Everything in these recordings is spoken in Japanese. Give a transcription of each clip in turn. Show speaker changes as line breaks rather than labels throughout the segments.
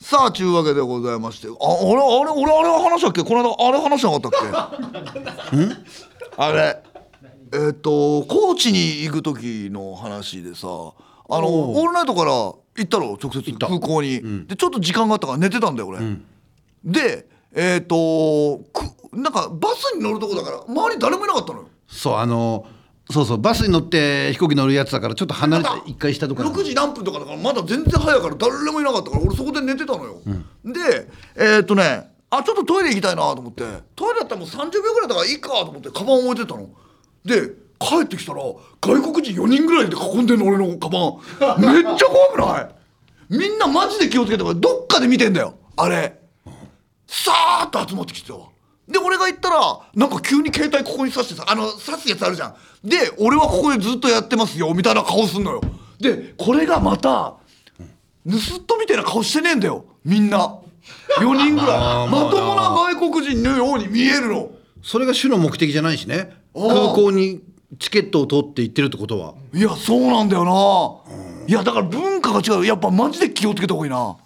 さあちゅうわけでございましてああれあれ俺あれ話したっけこの間あれ話しなかったっ けんあれえっ、と高知に行く時の話でさあの
おう
オールナイトから行ったろ直接
った
空港に、でちょっと時間があったから寝てたんだよ俺、でえっ、とくなんかバスに乗るとこだから周り誰もいなかったのよ
そうあのそうそうバスに乗って飛行機乗るやつだからちょっと離れて
まだ
一回したとか
6時何分とかだからまだ全然早いから誰もいなかったから俺そこで寝てたのよ、でえーっとねあちょっとトイレ行きたいなと思ってトイレだったらもう30秒ぐらいだからいいかと思ってカバン置いてたので帰ってきたら外国人4人ぐらいで囲んでんの俺のカバ ンめっちゃ怖くないみんなマジで気をつけてからどっかで見てんだよあれさーっと集まってきてたわで俺が行ったらなんか急に携帯ここに刺してさあの刺すやつあるじゃんで俺はここでずっとやってますよみたいな顔すんのよでこれがまた盗っ人みたいな顔してねえんだよみんな4人ぐらい
まあ
まともな外国人のように見えるの
それが主の目的じゃないしね
おう
空港にチケットを取って行ってるってことはい
やそうなんだよないやだから文化が違うやっぱマジで気をつけた方がいいな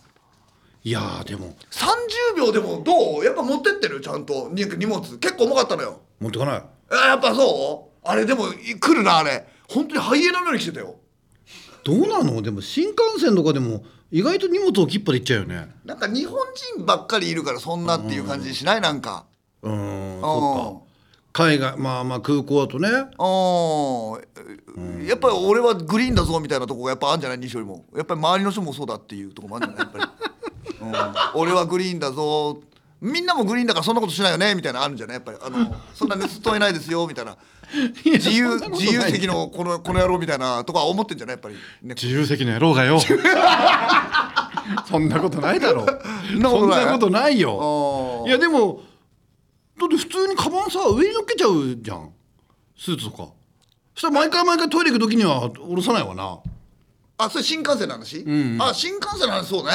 い
やーでも
30秒でもどうやっぱ持ってってるちゃんとに荷物結構重かったのよ
持ってかない
えーやっぱそうあれでもい来るなあれ本当にハイエナのように来てたよ
どうなのでも新幹線とかでも意外と荷物置きっぱで行っちゃうよね
なんか日本人ばっかりいるからそんなっていう感じしないなんか
うーんそっか海外まあまあ空港だ とね
うんやっぱり俺はグリーンだぞみたいなとこがやっぱあるんじゃない西よりもやっぱり周りの人もそうだっていうとこもあるんじゃないやっぱり、うん、俺はグリーンだぞみんなもグリーンだからそんなことしないよねみたいなのあるんじゃないやっぱりあのそんな盗っ人いないですよみたいな自 由自由席のこのこの野郎みたいなとか思ってんじゃないやっぱり、ね、
自由席の野郎がよ そんなことないだろ
そんなこと
そん
ない
なことない
あ
よ
ー
いやでもだって普通にカバンさ上に乗っけちゃうじゃんスーツとかそしたら毎回毎回トイレ行く時には下ろさないわな
あそれ新幹線の話、あ新幹線の話そうね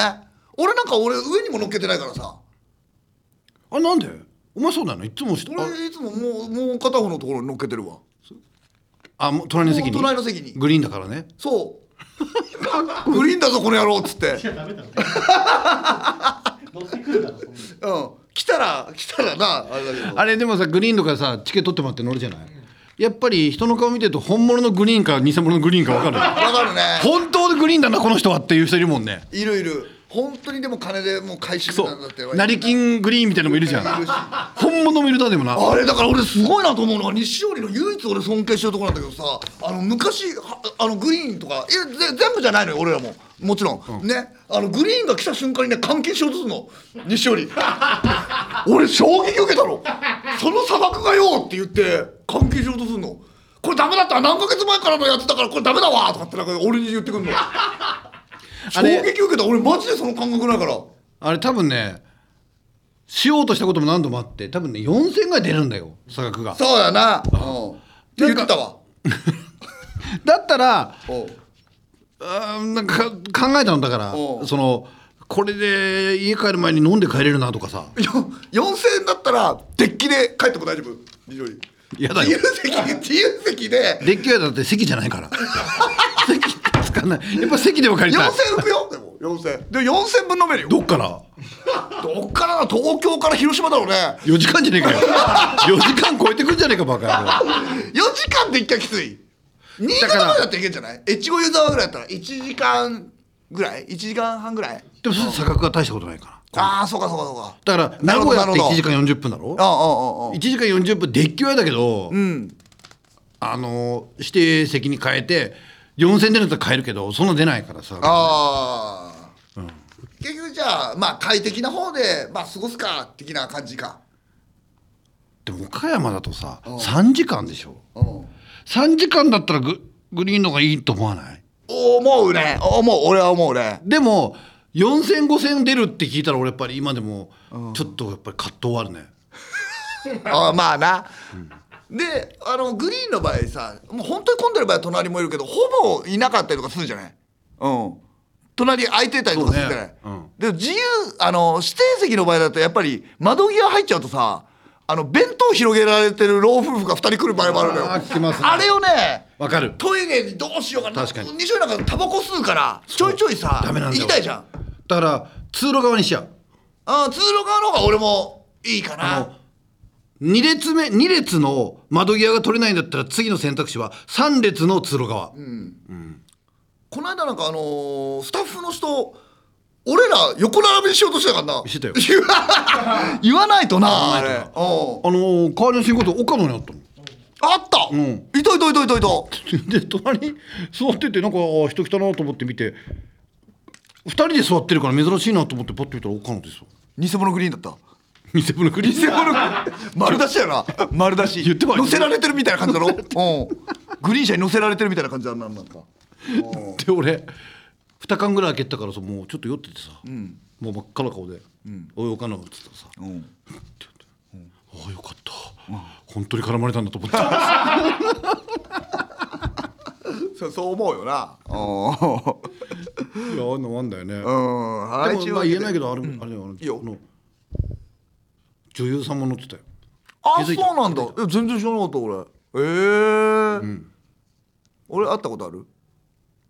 俺なんか俺上にも乗っけてないからさ
あなんでお前そうなのいつもして
俺いつももうもう片方のところに乗っけてるわ
ああもう隣の席に
もう隣の席に
グリーンだからね
そうグリーンだぞこの野郎っつって
いやダメだろ。乗ってくるだろそんな
うん来たら来たらなあれだけど
あれでもさグリーンとかさチケット取ってもらって乗るじゃないやっぱり人の顔見てると本物のグリーンか偽物のグリーンか分かる
わかる ね
本当でグリーンだなこの人はっていう人いるもんね
いるいる本当にでも金でもう回収
そ
なんだって
う成金グリーンみたいなのもいるじゃん
いるし
本物もいるだでもな
あれだから俺すごいなと思うのが西織の唯一俺尊敬してるところなんだけどさあの昔はあのグリーンとかいやぜ全部じゃないのよ俺らももちろん、ねあのグリーンが来た瞬間にね監禁しようとするの西織 俺衝撃受けたのその砂漠がよって言って監禁しようとするのこれダメだった何ヶ月前からのやつだからこれダメだわとかってなんか俺に言ってくん の衝
れ
撃受けた俺マジでその感覚ないから
あれ多分ねしようとしたことも何度もあって多分ね4000ぐらい出るんだよ差額が
そうやなうんって言ってたわ
だったら
おう
あーなんかか考えたのだから
おう
そのこれで家帰る前に飲んで帰れるなとかさ
よ4000円だったらデッキで帰っても大丈夫非常に
やだよ
自由席自由席で
デッキはだって席じゃないから 席つかないやっぱ席でも借り
4000
たい
円浮くよでも4000で4000分飲めるよ
どっから
どっからだ東京から広島だろうね
4時間じゃねえかよ4時間超えてくんじゃねえかバカ野郎
4時間で一回きつい新
だから
潟までだっていけんじゃない越後湯沢ぐらいだったら1時間ぐらい1時間半ぐらい
でもそれ差額が大したことないから
ああそうかそうかそうか
だから名古屋って1時
間
間40分だろ
あああああ
1時間40分デッキはだけど、
ん
あの指定席に変えて4000出ると変えるけどそんな出ないからさ
ああー、結局じゃあまあ快適な方でまあ過ごすか的な感じか
でも岡山だとさ3時間でしょ
うん
3時間だったらググリーンの方がいいと思わない
思うね思う俺は思うね
でも40005000出るって聞いたら俺やっぱり今でもちょっとやっぱり葛藤はあるね
あまあな、であのグリーンの場合さもう本当に混んでる場合は隣もいるけどほぼいなかったりとかするじゃないうん隣空いてたりとかするじゃない、
そうね
で自由あの指定席の場合だとやっぱり窓際入っちゃうとさあの弁当広げられてる老夫婦が2人来る場合もあるのよ
あー聞きますね
あれをね
わかる
トイレにどうしようかな
確かに
西尾なんかタバコ吸うからちょいちょいさ
ダメなんだよ
行きたいじゃん
だから通路側にしちゃう
あー通路側の方が俺もいいか
あ
な
の2列目二列の窓際が取れないんだったら次の選択肢は3列の通路側、
この間なんかあのースタッフの人俺ら横並びにしようとしてたからな
してたよ
言わ 言わないとなあれうん
あのー、代わりの進行と岡野にあったの
あった、
ん
いたいたいたいたいた
で隣に座っててなんかあー人来たなと思って見て2人で座ってるから珍しいなと思ってパッと見たら岡野ですよ
偽物グリーンだった
偽物クリス
偽物グリーン 丸出しやな丸出し
言ってまい
乗せられてるみたいな感じだろ、うん、グリーン車に乗せられてるみたいな感じだななんか
で俺2缶ぐらい開けてたからさもうちょっと酔っててさ、もう真っ赤な顔で「おい岡野」っつったらさ「
ん
ああよかった、本当に絡まれたんだと思って
そそう思うよなう
いやあんなもんだよね、
んうん
で
はい
も
中
ま
学
あ言え
で
ないけどあれ、あれよあの
いいよ
あの女優さんも乗ってたよ
あそ
気づ
う
いた
なんだいや全然知らなかった俺ええ俺会ったことある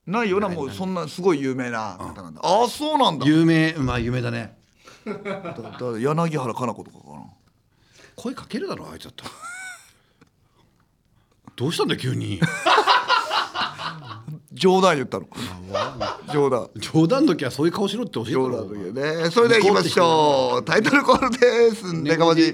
ないよなもうそんなすごい有名な方なんだああそうなんだ
有名まあ有名だね
だだ柳原加奈子とかかな
声かけるだろあいつだったらどうしたんだよ急に
冗談言ったの冗談
冗談の時はそういう顔しろって教えた
冗談
ろ
だけどねそれでは行きましょうタイトルコールですんでかまじ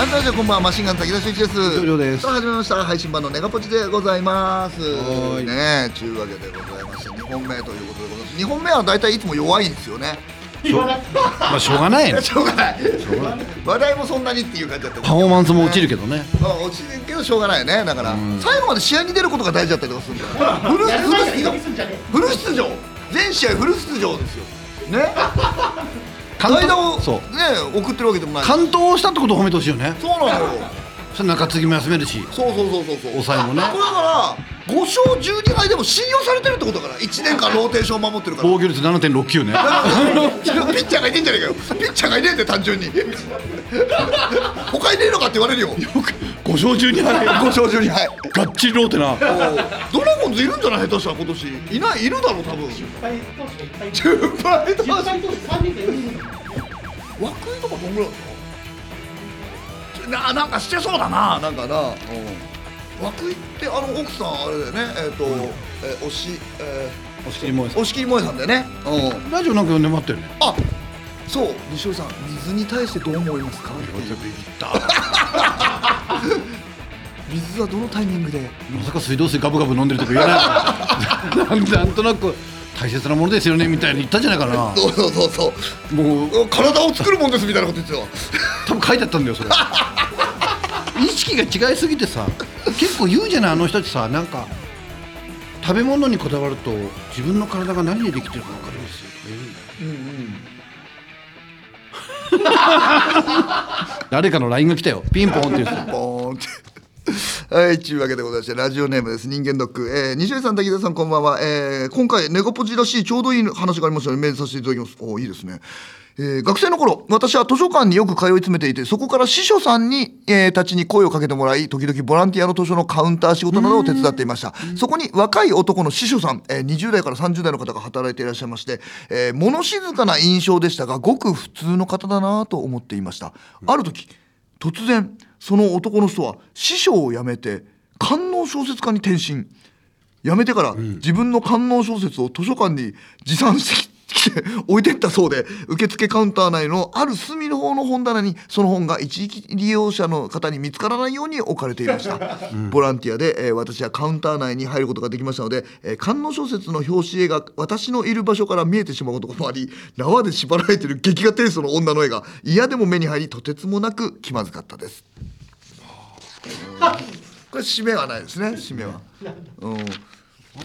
あんたじゃこんばんはマシンガン滝田修一です。
伊藤亮です
さあ始めました配信版のネガポチでございます。
はーい
ねえちゅうわけでございまして二本目ということでございます。二本目はだいたいいつも弱いんですよね。
言わない
まあしょうがないね
しょうがない。話題もそんなにっていう感じだった。
パフォーマンスも落ちるけどね
まあ落ちるけどしょうがないよねだから、最後まで試合に出ることが大事だったりとかするんだよフル
やる前から
フ
呼
ル
び
出
すんじゃね
場フル出場全試合フル出場ですよね
完投
間をね
そう
送ってるわけでもない
完投したってことを褒めてほしいよね
そうなのよ
それ中継ぎも休めるし
そうそうそうそうそう
抑えもね
これだから5勝12敗でも信用されてるってことだから1年間ローテーション守ってるから
防御率7.69 ね
ピッチャーがいねえんじゃねえかよピッチャーがいねえんだよ単 純に他いねえのかって言われるよ
5勝中に入る
5勝12敗
がっちりローテな
ドラゴンズいるんじゃない下手したら今年いないいるだろう多分
失敗投手がいっぱいいる
10倍と
失
涌
敗投手3人で4人
井とかどんぐらいだったななんかしてそうだななんかな、うん、涌井ってあの奥さんあれだよねえっ、と、えー、おし、え
押切萌え
ー、
さ
押切萌えさんだよねうん
んラジオなんか呼んでもらったよね
あそう西尾さん水に対してどう思いますかっていう
ビビった
水はどのタイミングで
まさか水道水ガブガブ飲んでるとか言わ ないなんとなく大切なものですよねみたいに言ったんじゃないかな
そうそうそうそう
もう
うん体を作るもんですみたいなこと言ってたわ
多分書いてあったんだよ それ意識が違いすぎてさ結構言うじゃないあの人たちさなんか食べ物にこだわると自分の体が何でできてるか分かるんですよとか言うんだよ、誰かの LINE が来たよピンポンって言ってた
ボーンって。はい、ちゅうわけでございまして、ラジオネームです。人間ドック。えー、西尾さん、滝田さん、こんばんは。えー、今回、ネゴポジらしいちょうどいい話がありましたので、メールさせていただきます。おーいいですね。えー、学生の頃、私は図書館によく通い詰めていて、そこから司書さんに、えーたちに声をかけてもらい、時々ボランティアの図書のカウンター仕事などを手伝っていました。そこに若い男の司書さん、えー20代から30代の方が働いていらっしゃいまして、えー物静かな印象でしたが、ごく普通の方だなぁと思っていました。ある時、突然その男の人は師匠を辞めて官能小説家に転身辞めてから自分の官能小説を図書館に 持参してきて置いてったそうで受付カウンター内のある隅の方の本棚にその本が一時利用者の方に見つからないように置かれていました、ボランティアで、えー私はカウンター内に入ることができましたので、えー、官能小説の表紙絵が私のいる場所から見えてしまうこともあり縄で縛られている劇画テイストの女の絵が嫌でも目に入りとてつもなく気まずかった ですこれ締めはないですね締めは、うん、い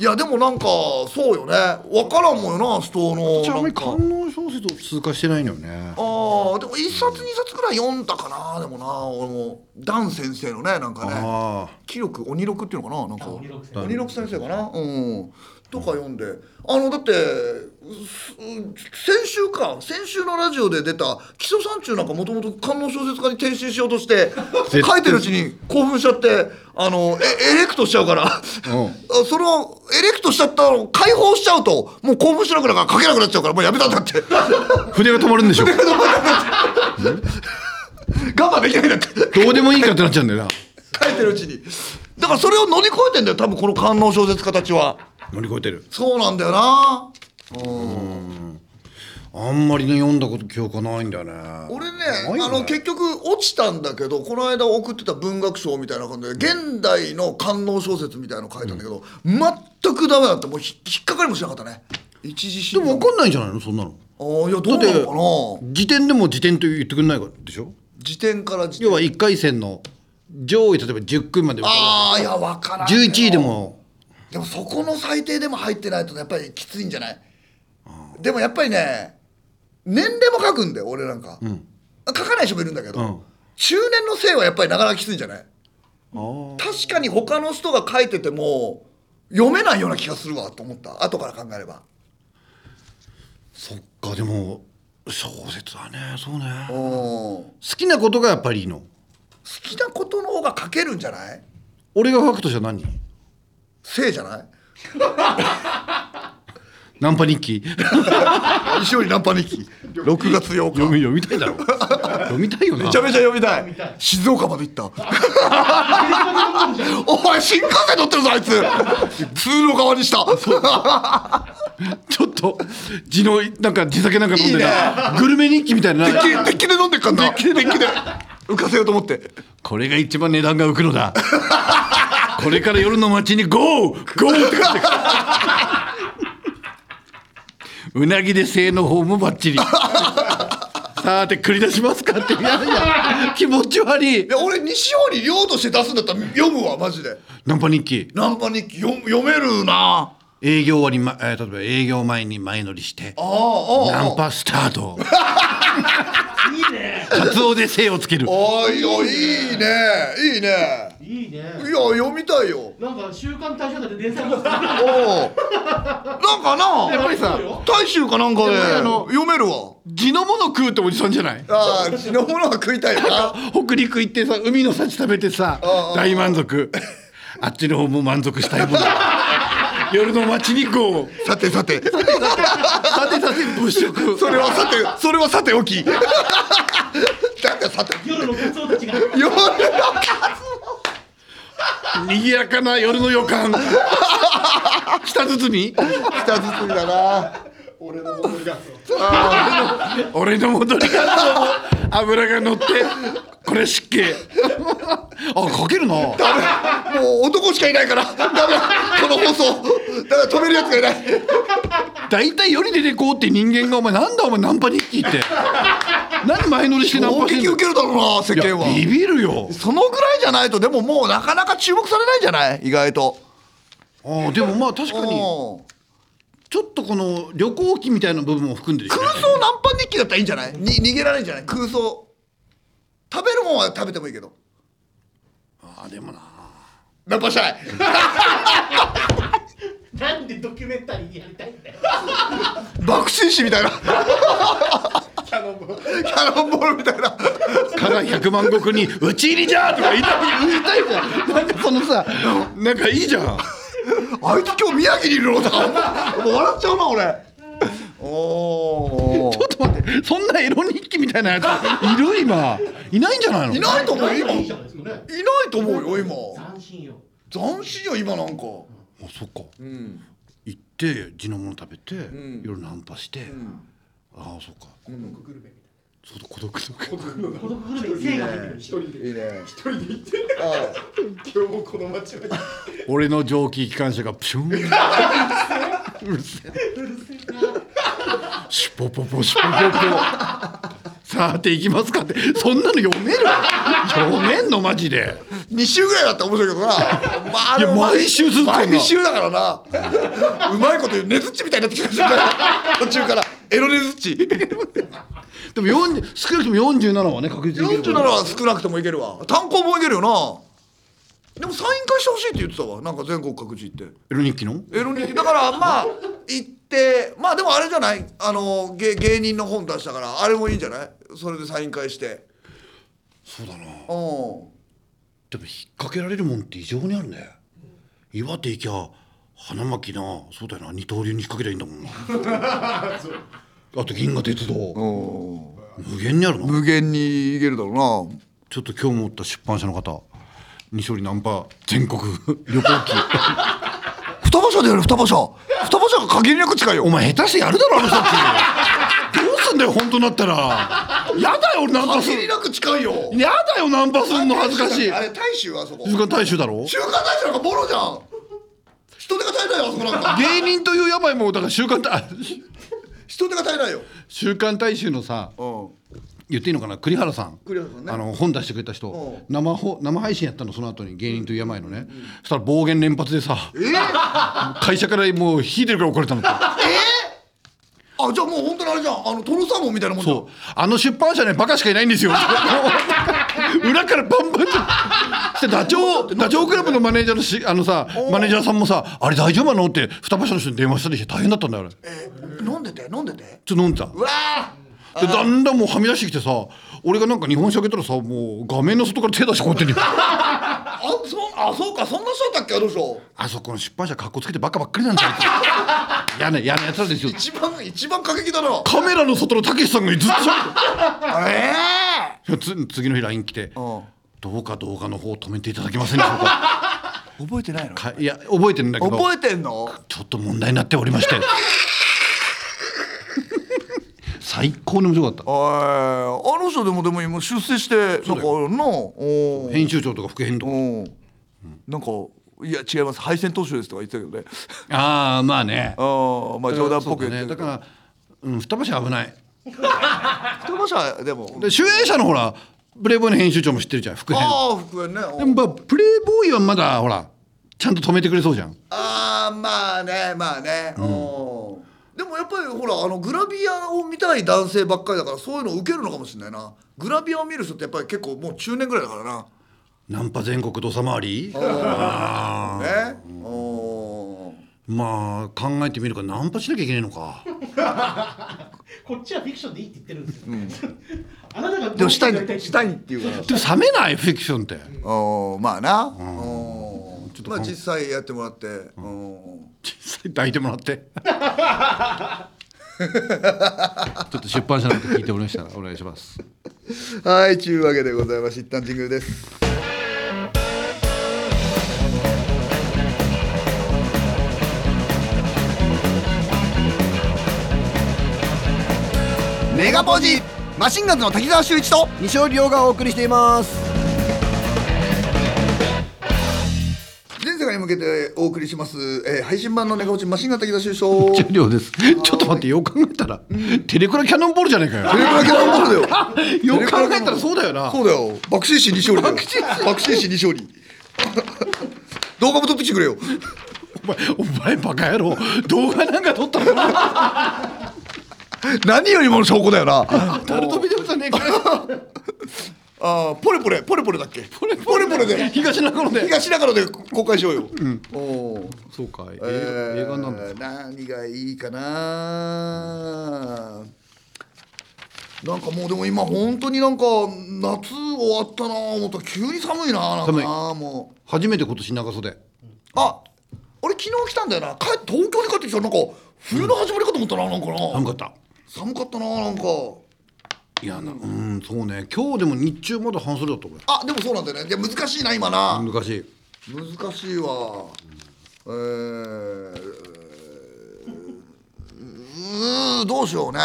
やでもなんかそうよね分からんもんよな人の
ちな
な
み
ん
に
か
官能小説を通過してないのよね
あーでも一冊二冊くらい読んだかなでもな俺もダン先生のねなんかね
あ
気力鬼六っていうのかななんか
あ鬼六先生
鬼六先生かなうんとか読んであのだってす先週か先週のラジオで出た「木曽山中」なんかもともと観音小説家に転身しようとして
対
書いてるうちに興奮しちゃってあのえエレクトしちゃうから
う
そのエレクトしちゃったのを解放しちゃうともう興奮しなくなるから書けなくなっちゃうからもうやめたんだって
あ筆が止まるん でしょ
我慢できないんだって
どうでもいいかってなっちゃうんだよな
書いてるうちにだからそれを乗り越えてんだよ多分この観音小説家たちは
乗り越えてる
そうなんだよな
あんまりね読んだこと記憶がないんだよね
俺ね
ないよ
あの結局落ちたんだけどこの間送ってた文学賞みたいな感じで現代の観音小説みたいなの書いたんだけど、全くダメだったもうひ引っかかりもしなかったね一時
で
審
も分かんないんじゃないのそんなの
あーいやどうなのかな
辞典でも辞典と言ってくれないからでしょ
辞典から辞典
要は1回戦の上位例えば10組まで
ああいや分からんけど
11位でも
でもそこの最低でも入ってないとやっぱりきついんじゃないでもやっぱりね年齢も書くんだよ俺なんか、書かない人もいるんだけど、
うん
中年のせいはやっぱりなかなかきついんじゃない
あー
確かに他の人が書いてても読めないような気がするわと思った後から考えれば
そっかでも小説はねそう
う
ね
ん
好
好
きなことがやっぱりいいの
きなことの方が書けるんじゃない
俺がファクトじゃ何
せいじゃない
ナンパ日記
西織ナンパ日 記6月8
読
日
み読みたいだろ読みたいよな
めちゃめちゃ読みたい
たい
静岡まで行 ったお前新幹線乗ってるぞあいつ通路側にした
ちょっと地のなんか地酒なんか飲んで
い
なグルメ日記みたいな
デッキデッキ で飲んでっかんなデッキでデッキで浮かせようと思って
これが一番値段が浮くのだこれから夜の街にゴーゴーって書いてくるうなぎで性の方もバッチリさて繰り出しますかっていやいや気持ち悪い
いや俺西尾に量として出すんだったら読むわマジで
ナンパ日記
ナンパ日記読む読めるな
営業終わり、まえー例えば営業前に前乗りして
ああああ
ナンパスタート
いいね
カツオで精をつける
ああいやいいねいいね
いいね
いや読みたいよ
なんか週刊大賞だって連載もしてる
おおなんか
やっぱ
な
りさ
大衆かなんかで
でもあの
読めるわ
地のもの食うっておじさんじゃない
ああ血のものは食いたい な
北陸行ってさ海の幸食べてさ
ああ
大満足あっちの方も満足した いもの夜の街にこう
さてさて
さてさて物色
それはさてそれはさておきだってさて
夜の鉄道たちが
夜の
賑やかな夜の予感舌包み
北包みだな
俺の戻りが
俺の戻りが油が乗ってこれ湿気あかけるな
もう男しかいないからダメだこの放送だから止めるやつがいない
大体夜に出てこうって人間がお前なんだお前ナンパ日記 って何前乗りしてナン
攻
パしてん
撃
の
受けるだろうな世間はい
やビビるよ
そのぐらいじゃないとでももうなかなか注目されないんじゃない意外と
あーでもまあ確かに
うん
ちょっとこの旅行記みたいな部分も含んでるよ
空
ね
想ナンパ日記だったらいいんじゃないに逃げられんじゃない空想食べるもんは食べてもいいけど
あーでもな
ナンパしたい
なんでドキュメンタリーやりたいんだよ
爆心師みたいなキャノンボールみたいな
加賀百万石に「うち入りじゃ!」とか言いたい言いたいじゃんなんかそのさなんかいいじゃん
あいつ今日宮城にいるのとかもう笑っちゃうな俺おお
ちょっと待ってそんなエロ日記みたいなやついる今いないんじゃないの
いないと思う
い
今いな
いじゃないですかね
いと思うよ今
斬新よ
斬新よ今なんか
あそっか
うん
行って地のもの食べて、
ん
夜ナンパして、
ん
ああそっか
グルメみた
そうだ孤独とか
いな孤独グルメに精が入ってる一人で
いいね
一人で行って今日もこの街は
俺の蒸気機関車がプシュンうるせえシュポポポシュポポポさて行きますかってそんなの読める読めんのマジで
2週ぐらいだったら面白いけどなまあ
いや毎週ずっとな
毎週だからなうまいこと言うねずっちみたいになってきました 途中から「エロネズチ
でも40少なくとも47はね確実にいける
47は少なくともいけるわ単行本いけるよなでもサイン化してほしいって言ってたわなんか全国各地行って
エロ日記の
エロにだからまあ行ってまあでもあれじゃないあの芸芸人の本出したからあれもいいんじゃないそれでサイン会して
そうだなでも
うん
引っ掛けられるもんって異常にあるね岩手行きゃ花巻なそうだよな二刀流に引っ掛けりゃいいんだもんな あと銀河鉄道
うん
無限にあるな
無限にいけるだろうな
ちょっと今日持った出版社の方西織ナンパ全国 旅行記
双葉社でやる双葉社双葉社が限りなく近いよ
お前下手してやるだろあの人っていうどうすんだよ本当になったらやだよ俺ナンパす
限
る
りなく近いよ
やだよナンパするの恥ずかしい
あれ大衆あそこ
鈴鹿大衆だろ
週刊大衆なんかボロじゃん人手が足りないよあそこなんか
芸人という病もだから週刊大
人手が足りないよ
週刊大衆のさ
うん
言っていいのかな栗原さん
栗原さんね
あの本出してくれた人、
うん
生ほ生配信やったのその後に芸人という病のね、そしたら暴言連発でさ、会社からもう引いてるから怒られたのって
あじゃあもう本当にあれじゃんあのトロサーモンみたいなもんじゃん
そうあの出版社ねバカしかいないんですよ 裏からバンバンとしてダチョウダチョウクラブのマネージャーのしあのさマネージャーさんもさあれ大丈夫なのって双葉社の人に電話したりして大変だったんだよあれちょ
え飲んでて飲んでて
っと飲んでた
うわあ
でだんだんもうはみ出してきてさ俺がなんか日本酒開けたらさもう画面の外から手出してこうやってんのよ
あそあそうかそんな人だったっけあの人
あそこの出版社かっこつけてばっかばっかりなんだよ嫌な嫌なやつらですよ
一番一番過激だな
カメラの外のたけしさんがずっと喋って
え
るつ次の日 LINE 来て
え
「
ー、
どうか動画の方を止めていただけませんでしょうか
覚えてないの
か」いや覚えてるんだけど
覚えてんの
ちょっと問題になっておりま して最高に面白か
え
っ
ー、あの人でもでも今出世してなんかなお
た
ー
編集長とか副編と
う
か
んなんかいや違います敗戦投手ですとか言ってたけどね
ああまあね
ああまあ冗談っぽ
そ
く
うだ
言
ね
ってた
だ
け
か
ど
ら、うん、双葉社危ない
人馬車でも
で主演者のほらプレイボーイの編集長も知ってるじゃん副編
ああ復縁ね
でもまあプレイボーイはまだほらちゃんと止めてくれそうじゃん
ああまあねまあね、うん、でもやっぱりほらあのグラビアを見たい男性ばっかりだからそういうの受けるのかもしれないなグラビアを見る人ってやっぱり結構もう中年ぐらいだからな
ナンパ全国土佐回りあ
ねうん
ーまあ考えてみるかナンパしなきゃいけないのか
こっちはフィクションでいいって言ってるんですよ。あなたが
でもしたい
どうやりたいって
したいっていうから
でも冷めないフィクションって
おまあな、うん、
ちょっと
まあ実際やってもらって、うん
実際抱いてもらってちょっと出版社の方聞いておりましたらお願いします
はいちゅうわけでございます一旦ジングルですメガポジマシンガンズの滝沢秀一と
西尾亮がお送りしています
全世界に向けてお送りします、えー配信版のネガポジマシンガン滝沢秀一と
終了ですちょっと待ってよく考えたらテレクラキャノンボールじゃないかよ
テレクラキャノンボールだよ
よく考えたらそうだよな
そうだよ爆心心に勝利だよ爆心心に勝利動画も撮ってきてくれよ
お前お前バカ野郎動画なんか撮ったら
何よりもの証拠だよな
タルトビデオじゃねえかよ
あーポレポレポレポレだっけポレポレで
東中野で
東中野で公開しようよ、おお
そうか映
ー
画,、映画なんだ
えー何がいいかななんかもうでも今本当になんか夏終わったな思ったら急に寒いななんか
寒い
なもう
初めて今年長袖
あ俺昨日来たんだよな帰東京に帰ってきたらなんか冬の始まりかと思ったななんかな、
寒かった
寒かったななんか
いやなうんそうね今日でも日中まだ半袖だったこ
あでもそうなんだよねいや難しいな今な、
れ難しい
難しいわ、えー、うーんどうしようね、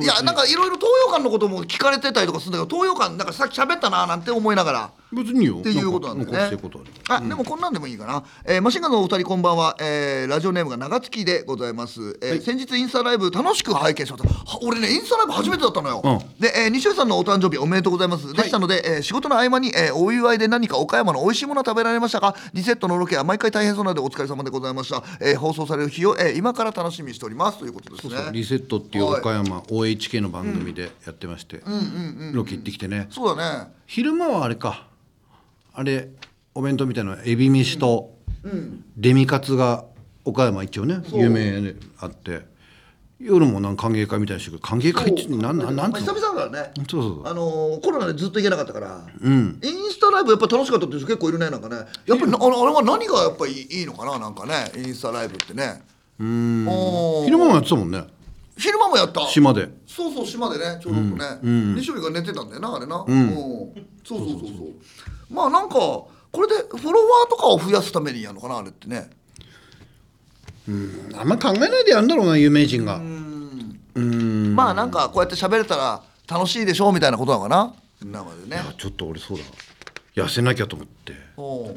いやなんかいろいろ東洋館のことも聞かれてたりとかするんだけど東洋館なんかさっき喋ったななんて思いながら
別によっ
っていうことなんだよね。
こういうこと
あ、でもこんなんでもいいかな。えーマシンガンズのお二人こんばんは、えーラジオネームが長月でございます。えー先日インスタライブ楽しく拝見しました。は俺ねインスタライブ初めてだったのよ。
うん
で、えー西尾さんのお誕生日おめでとうございます。でしたので、えー仕事の合間に、えーお祝いで何か岡山の美味しいもの食べられましたが、リセットのロケは毎回大変そうなのでお疲れ様でございました。えー放送される日を、えー今から楽しみにしておりますということですね。
そうリセットっていう岡山 OHK の番組でやってましてロケ行ってきてね
そうだね。
昼間はあれかあれお弁当みたいなエビ飯とデミカツが岡山一応ね有名であって夜もなんか歓迎会みたいなしてくる歓迎会ってなんなんなん
まあ
つう
久
の
々だからね。
そうそうそ
あ
う
のーコロナでずっと行けなかったから、インスタライブやっぱ楽しかったっていう人結構いるねなんかねやっぱりなあのあれは何がやっぱいいいいのかななんかねインスタライブってねうん
昼間もやってたもんね
昼間もやった
島で
そうそう島でねちょうどね、西織が寝てたんだよなあれな、うんそうそうそうそうまあなんかこれでフォロワーとかを増やすためにやるのかなあれってね
あんま考えないでやるんだろうな有名人が
まあなんかこうやって喋れたら楽しいでしょみたいなことなのかな生でね
あちょっと俺そうだ痩せなきゃと思って
おー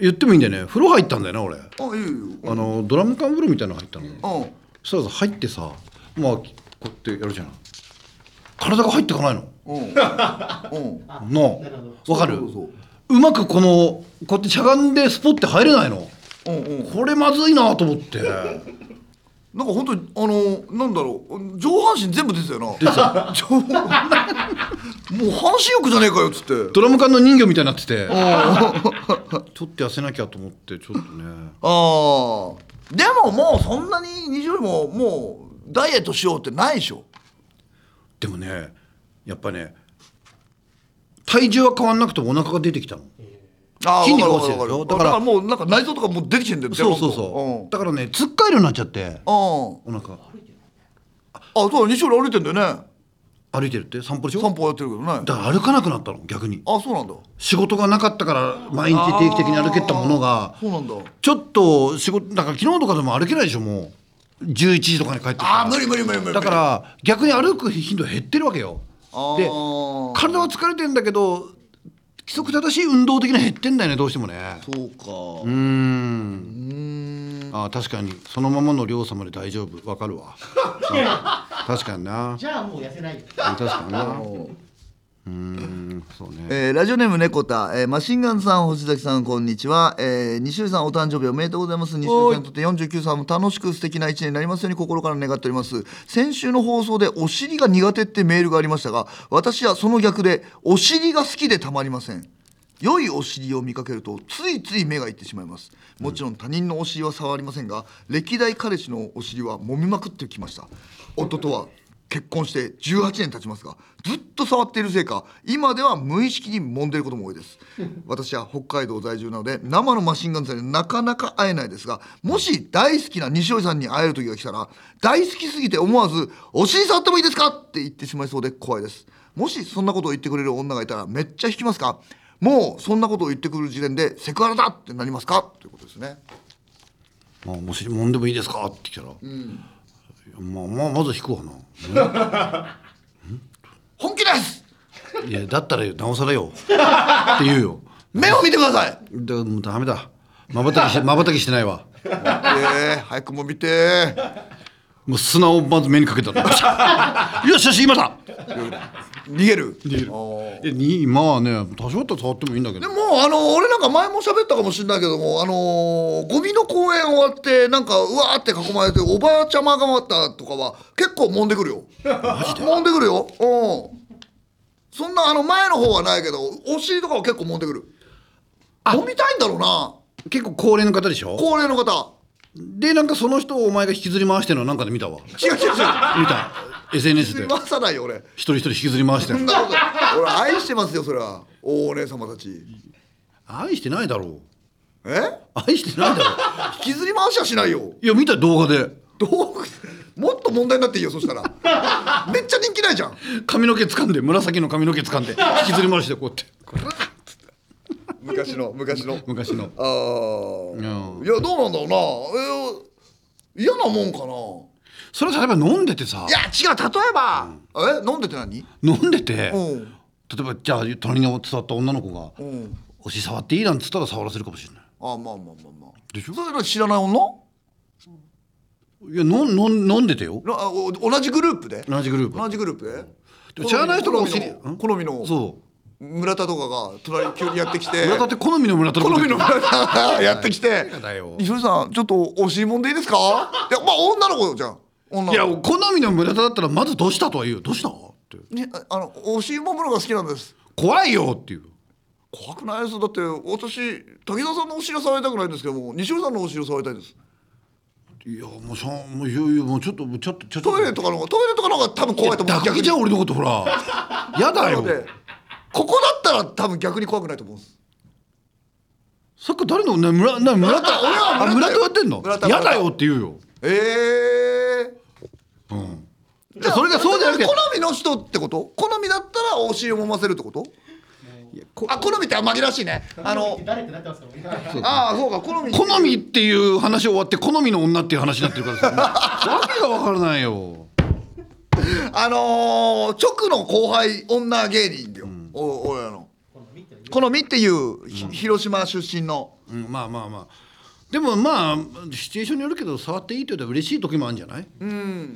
言ってもいいんだよね風呂入ったんだよな俺
あいいよいいよ
あのドラム缶風呂みたいなの入ったの
うん
そしたらさ入ってさまあこうやってやるじゃない体が入ってかないの
うんうん
なるほ
のわかる
そうそう
うまくこのこうやってしゃがんでスポって入れないの
うんうん、
これまずいなと思って
なんか本当にあのなんだろう上半身全部出てたよな
で さ
上もう半身浴じゃねえかよっつって
ドラム缶の人魚みたいになっててちょっと痩せなきゃと思ってちょっとね
ああでももうそんなに20よりももうダイエットしようってないでしょ
でもねやっぱね体重は変わんなくてもお腹が出てきたの
あー
筋肉
わかるわかるわか
落ちてるでしょ
る
だから
だからもうなんか内臓とかもう出てきてんだよ
そうそうそうだからねつっかえるようになっちゃって
うん、うん、
お腹
あそうだ西より歩いてんだよね
歩いてるって散歩でしょ
散歩やってるけどね
だから歩かなくなったの逆に
あそうなんだ
仕事がなかったから毎日定期的に歩けたものが
そうなんだ
ちょっと仕事だから昨日とかでも歩けないでしょもう11時とかに帰ってきたら
あー無理無理無理無理
だから逆に歩く頻度減ってるわけよ
あ
で
ー
体は疲れてんだけど規則正しい運動的な減ってんだよねどうしてもね
そうか
うーんあー確かにそのままの量差まで大丈夫わかるわうん確かにな
じゃあもう痩せないよ
確かになうーんそうね
えーラジオネーム猫田、えーマシンガンさん星崎さんこんにちは、えー、西尾さんお誕生日おめでとうございます西尾さんにとって49歳も楽しく素敵な一年になりますように心から願っております先週の放送でお尻が苦手ってメールがありましたが私はその逆でお尻が好きでたまりません良いお尻を見かけるとついつい目がいってしまいますもちろん他人のお尻は触りませんが歴代彼氏のお尻は揉みまくってきました夫とは結婚して18年経ちますがずっと触っているせいか今では無意識に揉んでいることも多いです私は北海道在住なので生のマシンガンズでなかなか会えないですがもし大好きな西尾さんに会える時が来たら大好きすぎて思わず「お尻触ってもいいですか?」って言ってしまいそうで怖いですもしそんなことを言ってくれる女がいたらめっちゃ引きますかもうそんなことを言ってくる時点でセクハラだってなりますかということですね
まあ、もし揉んでもいいですかって来たら、まあ、まあ、まず引くわな。
本気です
いや、だったらよ、なおさらよ。って言うよ。
目を見てください
だ、もうダメだ。ま ばたきし、まばたきしてないわ。
えー、早くも見て
もう砂をまず目にかけたの。よしよし、今だ。
逃げる
え、に、今はね、多少だったら触ってもいいんだけ
で
ど。
もあの俺なんか前も喋ったかもしれないけどもあのーゴミの公園終わってなんかうわーって囲まれておばあちゃまがまったとかは結構揉んでくるよ揉んでくるようんそんなあの前の方はないけどお尻とかは結構揉んでくる揉みたいんだろうな
結構高齢の方でしょ
高齢の方
で、なんかその人をお前が引きずり回してるのなんかで見たわ。
違う違う違う
見た。SNS で。
まさないよ俺
一人一人引きずり回してる
そん。なこと俺愛してますよそれはお姉様たち
愛してないだろう。
え
愛してないだろ
引きずり回しはしないよ
う。いや、見た動画で。
どうもっと問題になっていいよそしたらめっちゃ人気ないじゃん
髪の毛掴んで紫の髪の毛掴んで引きずり回してこうやって
昔の昔の
昔の
ああ
うん
いやどうなんだろうな、えー嫌なもんかな
それは例えば飲んでてさ
いや違う例えば、え飲んでて何
飲んでて
うん
例えばじゃあ隣に座った女の子が
うん
「お尻触っていい?」なんつったら触らせるかもしれない
あまあまあまあまあ
でしょ
それは知らない女
いやのの飲んでてよ
なあお同じグループで
同じグループ
同じグループ
で
で
知らない人がお
好み
尻
の
ん
好みの
そ
村田とかが隣に急にやってきて
う村田って好みの村田の
好
こと
みの村 田がやってきて
だよ
「石森さんちょっとお尻もんでいいですか?」いやまあ女の子じゃん女の子
いや好みの村田だったらまず「どうした?」とは言うよ「どうした?」って
ねああのお尻もんものが好きなんです
「怖いよ」っていう
怖くないですだって私滝沢さんのお尻は触りたくないんですけども西尾さんのお尻を触りたいです
いやもうしゃんもういやいやもうちょっともうちょっとちょっと
トイレとかの方がトイレとかの方が多分怖いと思う
抱きじゃん俺のことほ らやだ
な
よ
のでここだったら多分逆に怖くないと思うんです
さっきから誰のな村な村田
俺は
あ
村
村
田
田やってんの
村田
やだよって言うよ
ええ
うんいやそれがそうじゃなくて
好みの人ってこと好みだったらお尻を揉ませるってことあ好みってあ紛らわしいねあの
誰ってなってますか
ああそうか好み
好みっていう話終わって好みの女っていう話になってるから さわけがわからないよ
あのー直の後輩女芸人だよ、お俺らの好みっていうひ広島出身の
うん、まあまあまあでもまあシチュエーションによるけど触っていいって言うと嬉しい時もあるんじゃない例え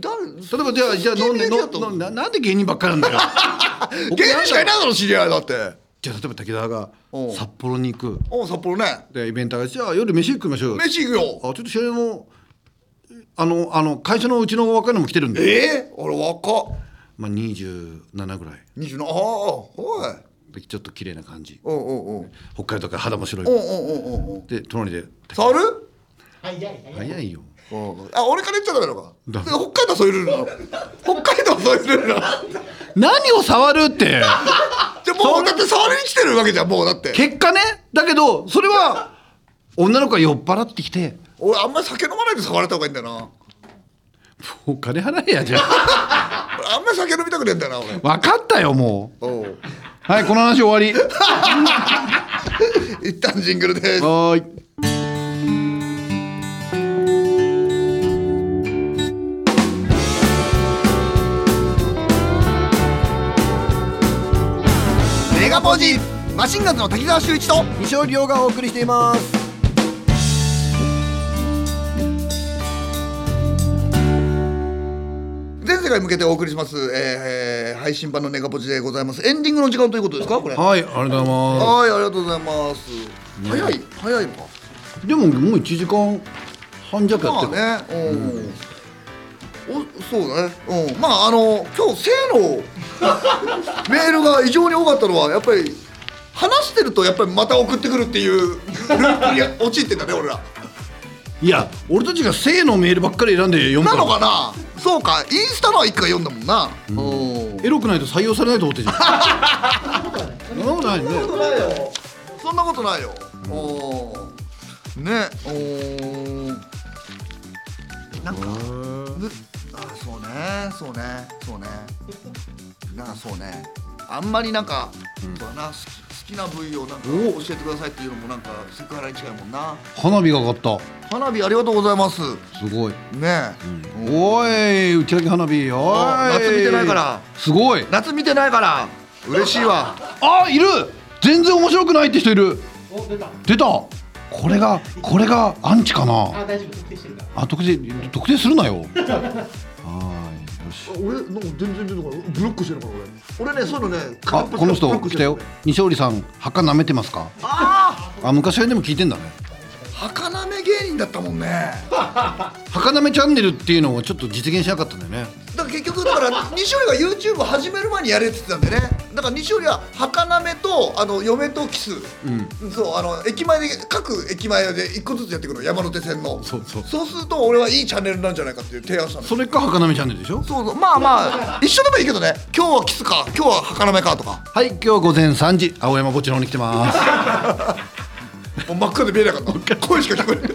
誰
ばじゃあじゃあ飲んで飲ん飲んななんで芸人ばっかりなんだよ
芸人しかいないだろ知り合いだって
じゃあ例えば滝沢が
うん
札幌に行く
おう札幌ね
でイベントがじゃあ夜飯食いましょうよ
飯行く
あ
よ
ちょっと知り合いのあのあの会社のうちの若いのも来てるんで、
ええ俺若っ
まあ、27ぐらい
27ああおい
でちょっと綺麗な感じ
おうんうんうん
北海道から肌も白い
おうんうんうんうん
で隣で
触る
早い早い
早いよ
あ俺から言っちゃダメなのか
ダメ
北海道はそういうルールなの北海道はそういうルールなの
何を触るって
じゃあもうだって触りに来てるわけじゃんもうだって
結果ねだけどそれは女の子が酔っ払ってきて
俺あんまり酒飲まないで触れた方がいいんだよな
「お金払えやじゃあ
俺あんまり酒飲みたくねえんだよな俺
分かったよもう
おう
はいこの話終わりは
一旦ジングルです
ーい
メガポージマシンガンズの滝沢秀一と
西尾亮がお送りしています
全世界に向けてお送りします、えーえー配信版のネガポジでございますエンディングの時間ということですかこれは
はいありがとうございま
いありがとうございます、早い早いのか
すでももう1時間半弱やってる、
まあねうん、おそうだねうんまああの今日性 のメールが異常に多かったのはやっぱり話してるとやっぱりまた送ってくるっていうループに陥ってんだね俺ら
いや俺たちが性のメールばっかり選んで読む
な
から
のかなそうかインスタのは一回読んだもんなうん
エロくないと採用されないと思ってんじゃ んそんなことないね
そんなことないよそんなことないよ、おーねおーなんかむあそうねそうねそうねなんかそうねあんまりなんか、そうだな好き好きな部位をなんか教えてくださいっていうのもなんかセクハラに近いもんな
花火が上がっ
花火ありがとうございます
たすごい
ね
おい打ち上げ花火おい
夏見てないから
すごい
夏見てないから嬉しいわ
あいる全然面白くないって人いる
お出た
出たこれがこれがアンチかな
あ大丈夫特定してるから
あ特定特定するな よはーいよし
俺なんか全然出てこないブロックしてるから俺俺ねそういうのね
あこの人来たよ西織さん墓舐めてますかあ昔はでも聞いてんだね
儚め芸人だったもんね
墓舐めチャンネルっていうのをちょっと実現しなかったんだよね
だから結局だから 西織が YouTube を始める前にやれって言ってたんでねだから西織は儚めとあの嫁とキス、そうあの駅前で各駅前で一個ずつやっていくの山手線の
そうそう
すると俺はいいチャンネルなんじゃないかっていう提案したの
それか墓舐めチャンネルでしょ
そうそうまあまあ一緒でもいいけどね今日はキスか今日は儚めかとか
はい今日午前3時青山墓地の方に来てます
もう真っ赤で見えなかった声しか聞こえない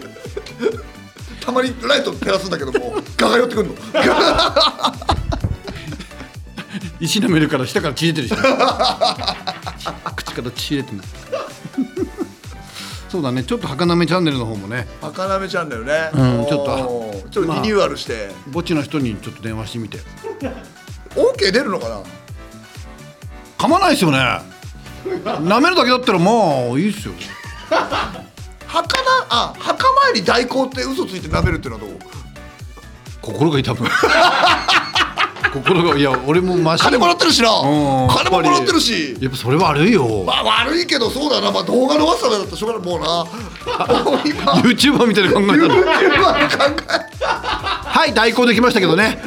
たまにライト照らすんだけどもガが寄ってくる の
石のメルから下から血出て るし口から血出てる そうだねちょっと儚めチャンネルの方もね
儚めチャンネルね、
うんちょっと
おーちょっとリニューアルして、
墓地の人にちょっと電話してみて
OK 出るのかな
噛まないですよね舐めるだけだったらまあいいっすよ
墓なあ墓参り代行って嘘ついて舐めるっていうのはどう
心が痛む 心がいや俺もマシ
金もらってるしな
うん
金ももらってるし
やっぱそれは悪いよ
まあ悪いけどそうだな、まあ、動画のわさだったらしょうがないもうなもう今
YouTuber みたいに考えたの
YouTuber に考え
はい代行できましたけど ね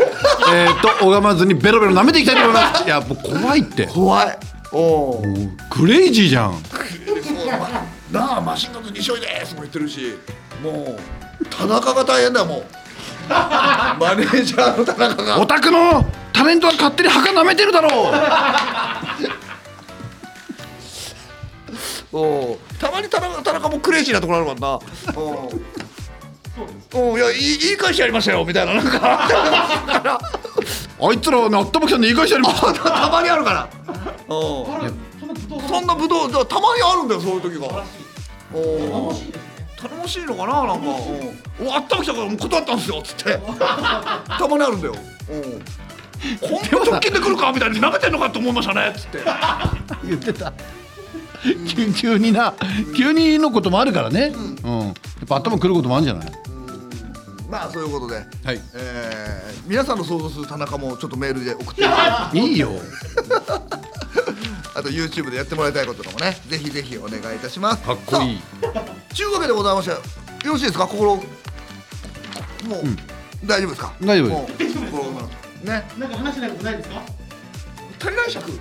えーっと拝まずにベロベロ舐めていきたいと思いますいやもう怖いって
怖いおう
クレイジーじゃん
なあマシンガンズ西尾ですも言ってるしもう田中が大変だよもうマネージャーの田中が
オタクのタレントは勝手に墓舐めてるだろう
おうたまに田中田中もクレイジーなところあるもんなおうおういやいいいい会社やりましたよみたいななんか
あいつらねあったまきさんに言い返してやりました
たまにあるからおう
あらそんな武道
そんなぶどうたまにあるんだよそういう時がお
楽
お
しいですね
頼もしいのかななんか「おあったまきたからもう断ったんですよ」っつってたまにあるんだよ「うんこんな直近で来るか」みたいに「なめてんのか」と思いましたねっつって
言ってた急急にな急にのこともあるからねうん、やっぱ頭くることもあるんじゃない
まあそういうことで、
はい
えー皆さんの想像する田中もちょっとメールで送って
いいよ
あと YouTube でやってもらいたいこととかもねぜひぜひお願いいたします
かっこいい
さあちゅうわけでございましてよろしいですか心もう、大丈夫ですか
大丈夫
もう心がね
なんか話しないことないですか
足りない尺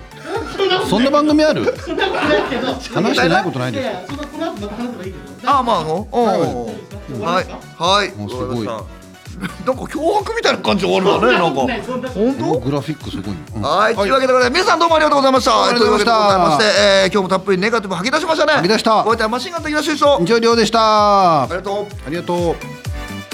そんな番組ある
そんなことないけど
話してないことない
い
です
やいやそんなこの後また話せばいいけど
ああまあおお
うん
はいはい
もうすごい
わかりましたなんか脅迫みたいな感じ終わるわねなんか
ないそんなことない
本当
グラフィックすごい、うん
はい、というわけでございます皆さんどうもありがとうございました
ありがとうございました
というわけでございまして、えー今日もたっぷりネガティブ吐き出しましたね
吐き出した
こうやってマシンガン的な収賞あ
以上りょうでしたあ
りがとう
りがとう